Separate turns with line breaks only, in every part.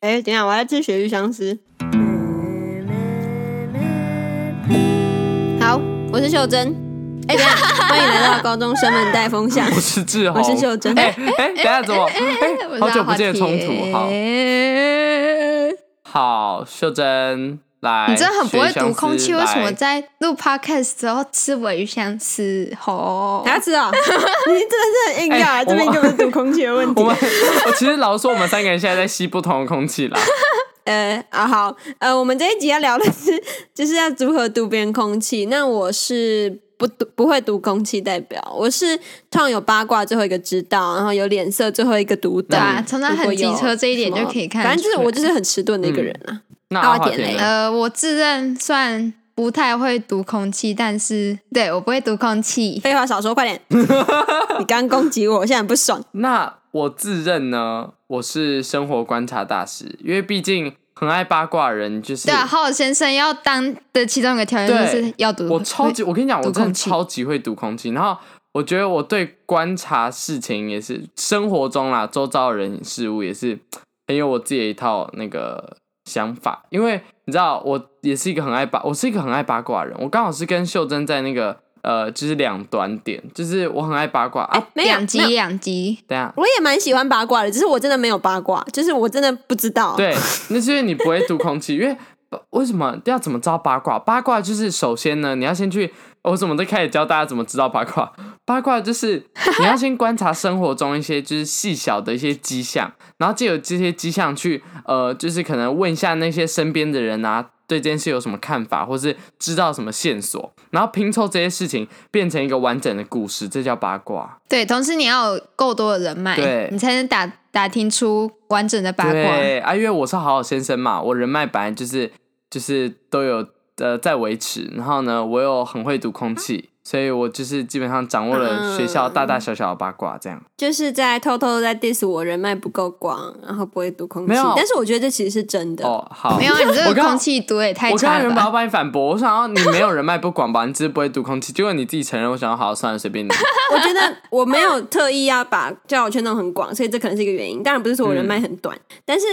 哎、等一下，我要吃鳕鱼香丝。好，我是秀珍。哎、等一下，欢迎来到高中生们带风 向。
我是志豪，
我是秀珍
哎哎，等一下怎么？哎，好久不见的冲突，好
你
好，秀珍来，
真的很不会读空气，
学
为什
一相思
么
来
在录 podcast 之后吃尾鱼香丝？吼
还，要吃哦？ 你真的是很硬要、啊，
哎
这边
我
根本是读空气的问
我
题。
们， 我其实老实说，我们三个人现在在吸不同的空 气啦。
呃啊好，呃，我们这一集要聊的是，就是要如何读别人空气。那我是不读不会读空气代表，我是通常有八卦最后一个知道，然后有脸色最后一个读
对
懂。
啊，从他
如果
很机
有
车这一点
什
就
么
可以看得出来。嗯
反正就是我就是很迟钝的一个人啊。
那
阿华
阿华
田
田
嘞
呢
呃，我自认算不太会读空气，但是对我不会读空气。
废话少说，快 点！你刚攻击我，我现在很不爽。
那我自认呢，我是生活观察大师，因为毕竟很爱八卦的人，就是
对啊，浩尔先生要当的其中一个条件就
对
是要读。
我超级，我跟你讲，
读
我真
空
的
气
超级会读空气。然后我觉得我对观察事情也是，生活中啦，周遭的人事物也是很有我自己的一套那个想法。因为你知道，我也是一个很爱八，我是一个很爱八卦的人。我刚好是跟秀珍在那个呃，就是两端点，就是我很爱八卦啊。
哎没有
两，集
没有
两集，
等一下，
我也蛮喜欢八卦的，只是我真的没有八卦，就是我真的不知道。，
对，那是因为你不会读空气，因为。为什么要怎么知道八卦？八卦就是首先呢，你要先去，我怎么在开始教大家怎么知道八卦？八卦就是你要先观察生活中一些就是细小的一些迹象，然后借由这些迹象去呃，就是可能问一下那些身边的人啊，对这件事有什么看法，或是知道什么线索，然后拼凑这些事情变成一个完整的故事，这叫八卦。
对，同时你要有够多的人脉
对，
你才能打打听出完整的八卦。
对啊，因为我是好好先生嘛，我人脉本来就是就是都有呃在维持，然后呢，我又很会读空气，所以我就是基本上掌握
嗯
了学校大大小小的八卦，这样。
就是在偷偷地在 diss 我人脉不够广，然后不会读空气
没有。
但是我觉得这其实是真的。
哦，好，
没有啊，你这
我
个
刚
空气读也太
我刚
差
刚
了
原本要
吧。
帮你反驳，我想要你没有人脉不广吧，你只是不会读空气，结果你自己承认，我想要好好算了，随便
啊
你。
我觉得我没有特意要把交友圈弄很广，所以这可能是一个原因。当然不是说我人脉很短，但是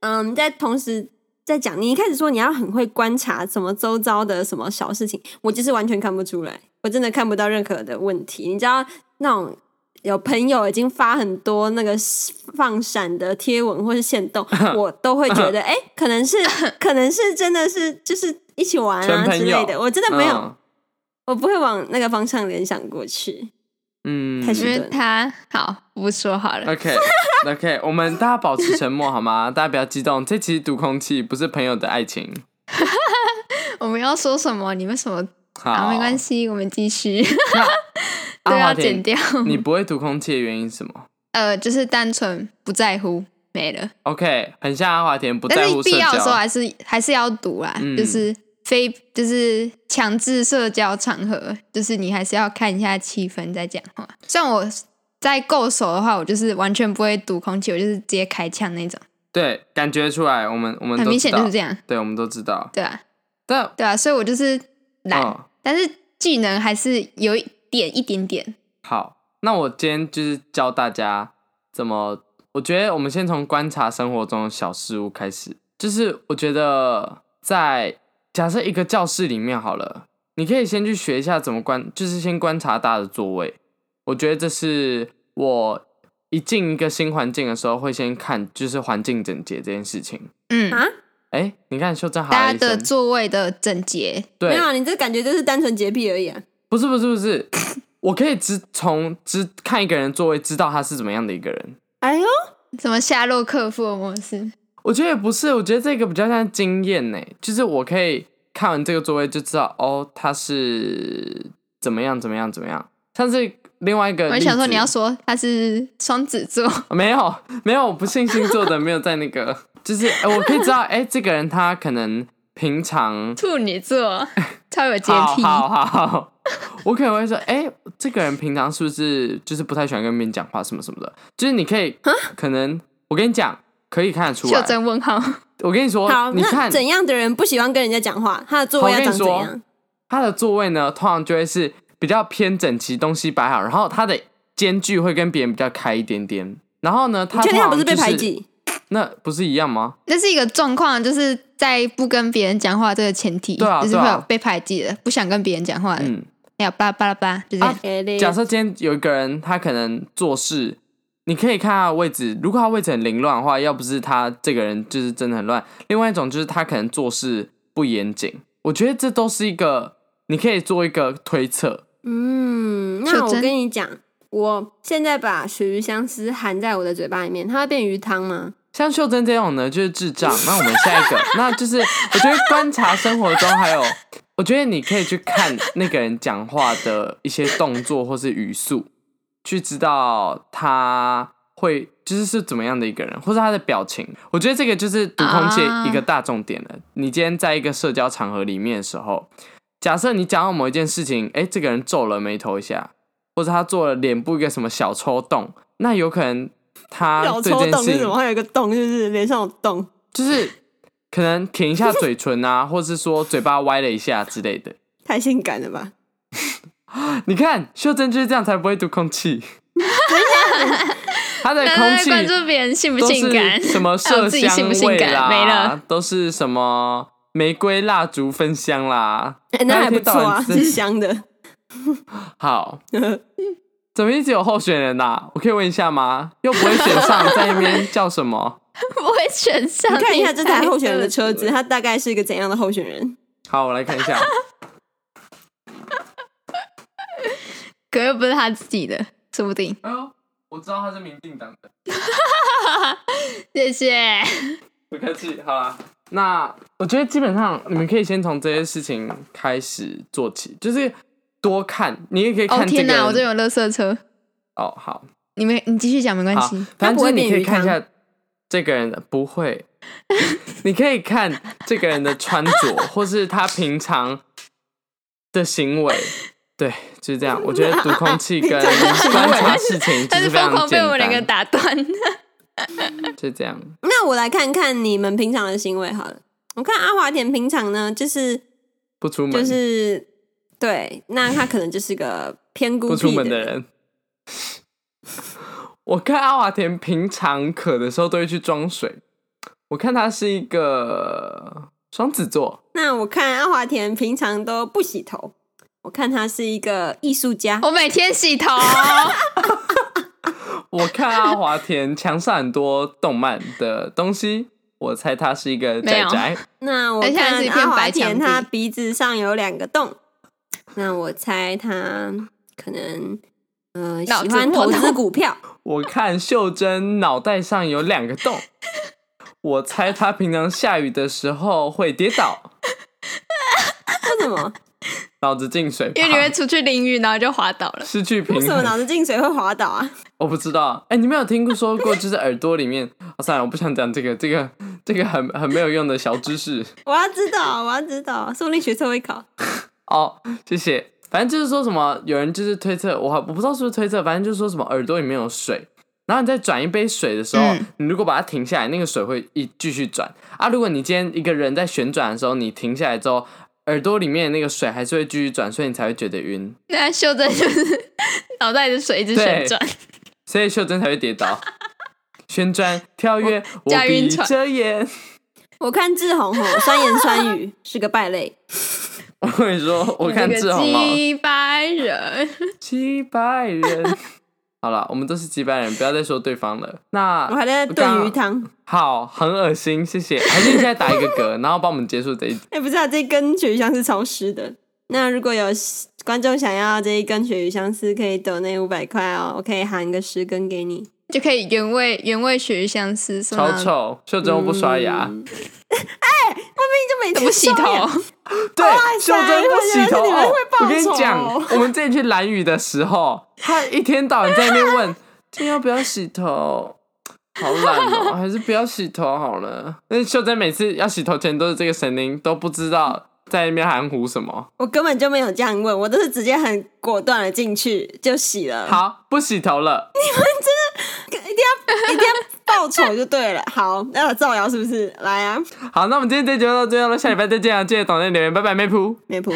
嗯，在同时在讲，你一开始说你要很会观察什么周遭的什么小事情，我就是完全看不出来，我真的看不到任何的问题。你知道那种。有朋友已经发很多那个放闪的贴文或是线 动，我都会觉得，哎、可能是，可能是真的是就是一起玩
纯
啊
朋
之类
友
的，我真的没有，
嗯
我不会往那个方向联想过去。
嗯
太
因
虚
为他好，我不说好了。
OK OK，我 们大家保持沉默好吗？大家不要激动，这其实读空气不是朋友的爱情。
我们要说什么？你们什么？
好，
啊，没关。系，我们继续。
那
都
阿华
要剪
田
掉。
你不会读空气的原因是什么
呃，就是单纯不在乎，没了。
？OK，很像阿华田不在
但是
乎社
必要的时候
交。
还是还是要读啦，
嗯
就是非就是强制社交场合，就是你还是要看一下气氛再讲话。像我在够熟的话，我就是完全不会读空气，我就是直接开枪那种，
对，感觉出来，我们我们
很
都
明
知
显
道
就是这样，
对，我们都知道。
对啊，
但
对啊，所以我就是懒，
嗯，
但是技能还是有一点一点点。
好，那我今天就是教大家怎么。我觉得我们先从观察生活中的小事物开始，就是我觉得在假设一个教室里面好了，你可以先去学一下怎么观，就是先观察大家的座位。我觉得这是我一进一个新环境的时候会先看，就是环境整洁这件事情。
嗯，
啊
哎、你看修正好
大
了
家
一
的
声
座位的整洁，
没
对
有，啊，你这感觉就是单纯洁癖而已、啊。
不是不是不是，我可以只从只看一个人的座位知道他是怎么样的一个人。
哎呦，
什么夏洛克夫的模式，
我觉得也不是，我觉得这个比较像经验呢，就是我可以看完这个座位就知道哦，他是怎么样怎么样怎么样。像是另外一个例子，
我想说你要说他是双子座。
没有没有，我不信星座的没有在那个，就是、呃我可以知道，哎、这个人他可能平 常
处女座 超有洁
好
癖，
好好好，我可能会说，哎、这个人平常是不是就是不太喜欢跟别人讲话什么什么的？就是你可以，可能我跟你讲，可以看得出
袖
来。
珍问号，
我跟你说
好，，
你
那
看
怎样的人不喜欢跟人家讲话？他的座位要长怎
我跟
样？
他的座位呢，通常就会是比较偏整齐，东西摆好，然后他的间距会跟别人比较开一点点。然后呢，
你
他
确定
通
他
常
不是被
就
排挤？
那不是一样吗？
那是一个状况，就是在不跟别人讲话这个前提，
对啊
就是
对啊
会有被排挤的，不想跟别人讲
哎
话的，哎
嗯，
还有巴拉巴拉巴拉，就这样。
啊假设今天有一个人，他可能做事，你可以看他的位置，如果他位置很凌乱的话，要不是他这个人就是真的很乱。另外一种就是他可能做事不严谨，我觉得这都是一个你可以做一个推测。
嗯，
秀
那我
珍
跟你讲，我现在把鳕鱼香丝含在我的嘴巴里面，它会变鱼汤吗？
像秀珍这种呢，就是智障。那我们下一个，那就是我觉得观察生活中还有，我觉得你可以去看那个人讲话的一些动作或是语速，去知道他会就是是怎么样的一个人，或是他的表情。我觉得这个就是读空气
啊
一个大重点了。你今天在一个社交场合里面的时候，假设你讲到某一件事情，哎、这个人皱了眉头一下，或者他做了脸部一个什么小抽动，那有可能。 他
有
啊对
抽
这件
动
事
是
情
什么？还有一个洞，就是脸上有洞。
就是可能舔一下嘴唇啊， 或是说嘴巴歪了一下之类的。
太性感了吧！
你看，秀珍就是这样才不会读 空气。他的
大
空
家在
气
关注别人性不
都
性感，
是什么
还有
麝
自己性不
香
性
味啦，
感，没了。
都是什么玫瑰蜡烛芬香啦。
哎、那
然后
还
一
不
天到
错
晚
啊，
吃
是香 的。
好，怎么一直有候选人呐、啊我可以问一下吗？又不会选上，在那边叫什么？
不会选上。
你看一下这台候选人的车子，
太恶毒了
它大概是一个怎样的候选人？
好，我来看一下。
可又不是他自己的，说不定。
哎呦，我知道他是民进党的。
谢谢。
不客气，好啊啦。那我觉得基本上你们可以先从这些事情开始做起，就是多看，你也可以
哦
看这
天
个人。
哪，我这有垃圾车。
哦好
你们你继续讲没关
好
系。，
反正就是你可以
他
看
不会变鱼汤
一下这个人的不会， 你可以看这个人的穿着，或是他平常的行为。对，就是这样。我觉得读空气 跟观察事情就
但是
非
疯
常
狂
简
被我两个
单，
打断。
就这样。
那我来看看你们平常的行为好了。我看阿华田平常呢，就是
不出门，
就是对，那他可能就是个偏孤僻
不出门的
人
人。 我看阿华田平常渴的时候都会去装水，我看他是一个双子座，
那我看阿华田平常都不洗头，我看他是一个艺术家。
我每天洗头，
我看阿华田墙上很多动漫的东西，我猜他是一个
没
宅
有
宅。
那我
而且还
看
哎是一片
阿华
白墙
田
壁
他鼻子上有两个洞，那我猜他可能呃
脑
喜
子
欢
破
投资
洞
股票。
我看秀珍脑袋上有两个洞，我猜她平常下雨的时候会跌倒，
为什 么？
脑子进水
因为你会
泡，
出去淋雨，然后就滑倒了。
失去平
为什么
衡
脑。子进水会滑倒啊？
我不知道，哎、你没有听过说过，就是耳朵里面，哦、算了，我不想讲这个，这个，这个很很没有用的小知识
我要知道，我要知 道，说不定学测会考。
哦，谢谢。反正就是说什么，有人就是推测，我我不知道是不是推测，反正就是说什么耳朵里面有水，然后你在转一杯水的时候，
嗯
你如果把它停下来，那个水会一继续转啊。如果你今天一个人在旋转的时候，你停下来之后，耳朵里面的那个水还是会继续转，所以你才会觉得晕，
那秀珍就是脑袋的水一直旋转，
所以秀珍才会跌倒。 旋转跳跃，我
加晕
闭
船
着眼。
我看志宏吼酸言酸语，是个败类。
我跟你说，我看
这
志
个
宏哦，
鸡掰人，
击败人。 好了，我们都是击败人，不要再说对方了。那
我还在
啊刚
炖鱼汤。
好，很恶心，谢 谢。还是你现在打一个嗝，然后帮我们结束这一集。
哎、不是啊，这根鳕鱼香是潮湿的。那如果有观众想要这一根鳕鱼香丝，可以抖那五百块哦，我可以含个十根给你。
就可以原味原味鳕鱼相思，送
超
到
臭，秀珍又不刷牙，
啊嗯哎、
都
我明明就没
不洗
刷牙
头，
对
哇，
秀
塞
珍不洗
我觉得
头。
你们
哦
会哦报仇
我跟你讲，我们之前去蓝雨的时候，他一天到晚在那边 问今天要不要洗头，好懒 哦，还是不要洗头好了。但是秀珍每次要洗头前都是这个神灵，都不知道在那边含糊什么。
我根本就没有这样问，我都是直接很果断的进去就洗了。，
好，不洗头了。
一定要一定要报仇就对了。好，那我造谣是不是？来啊，
好，那我们今天这集就到这样了，下礼拜再见啊！记得点赞留言，拜拜，妹夫。
梅普。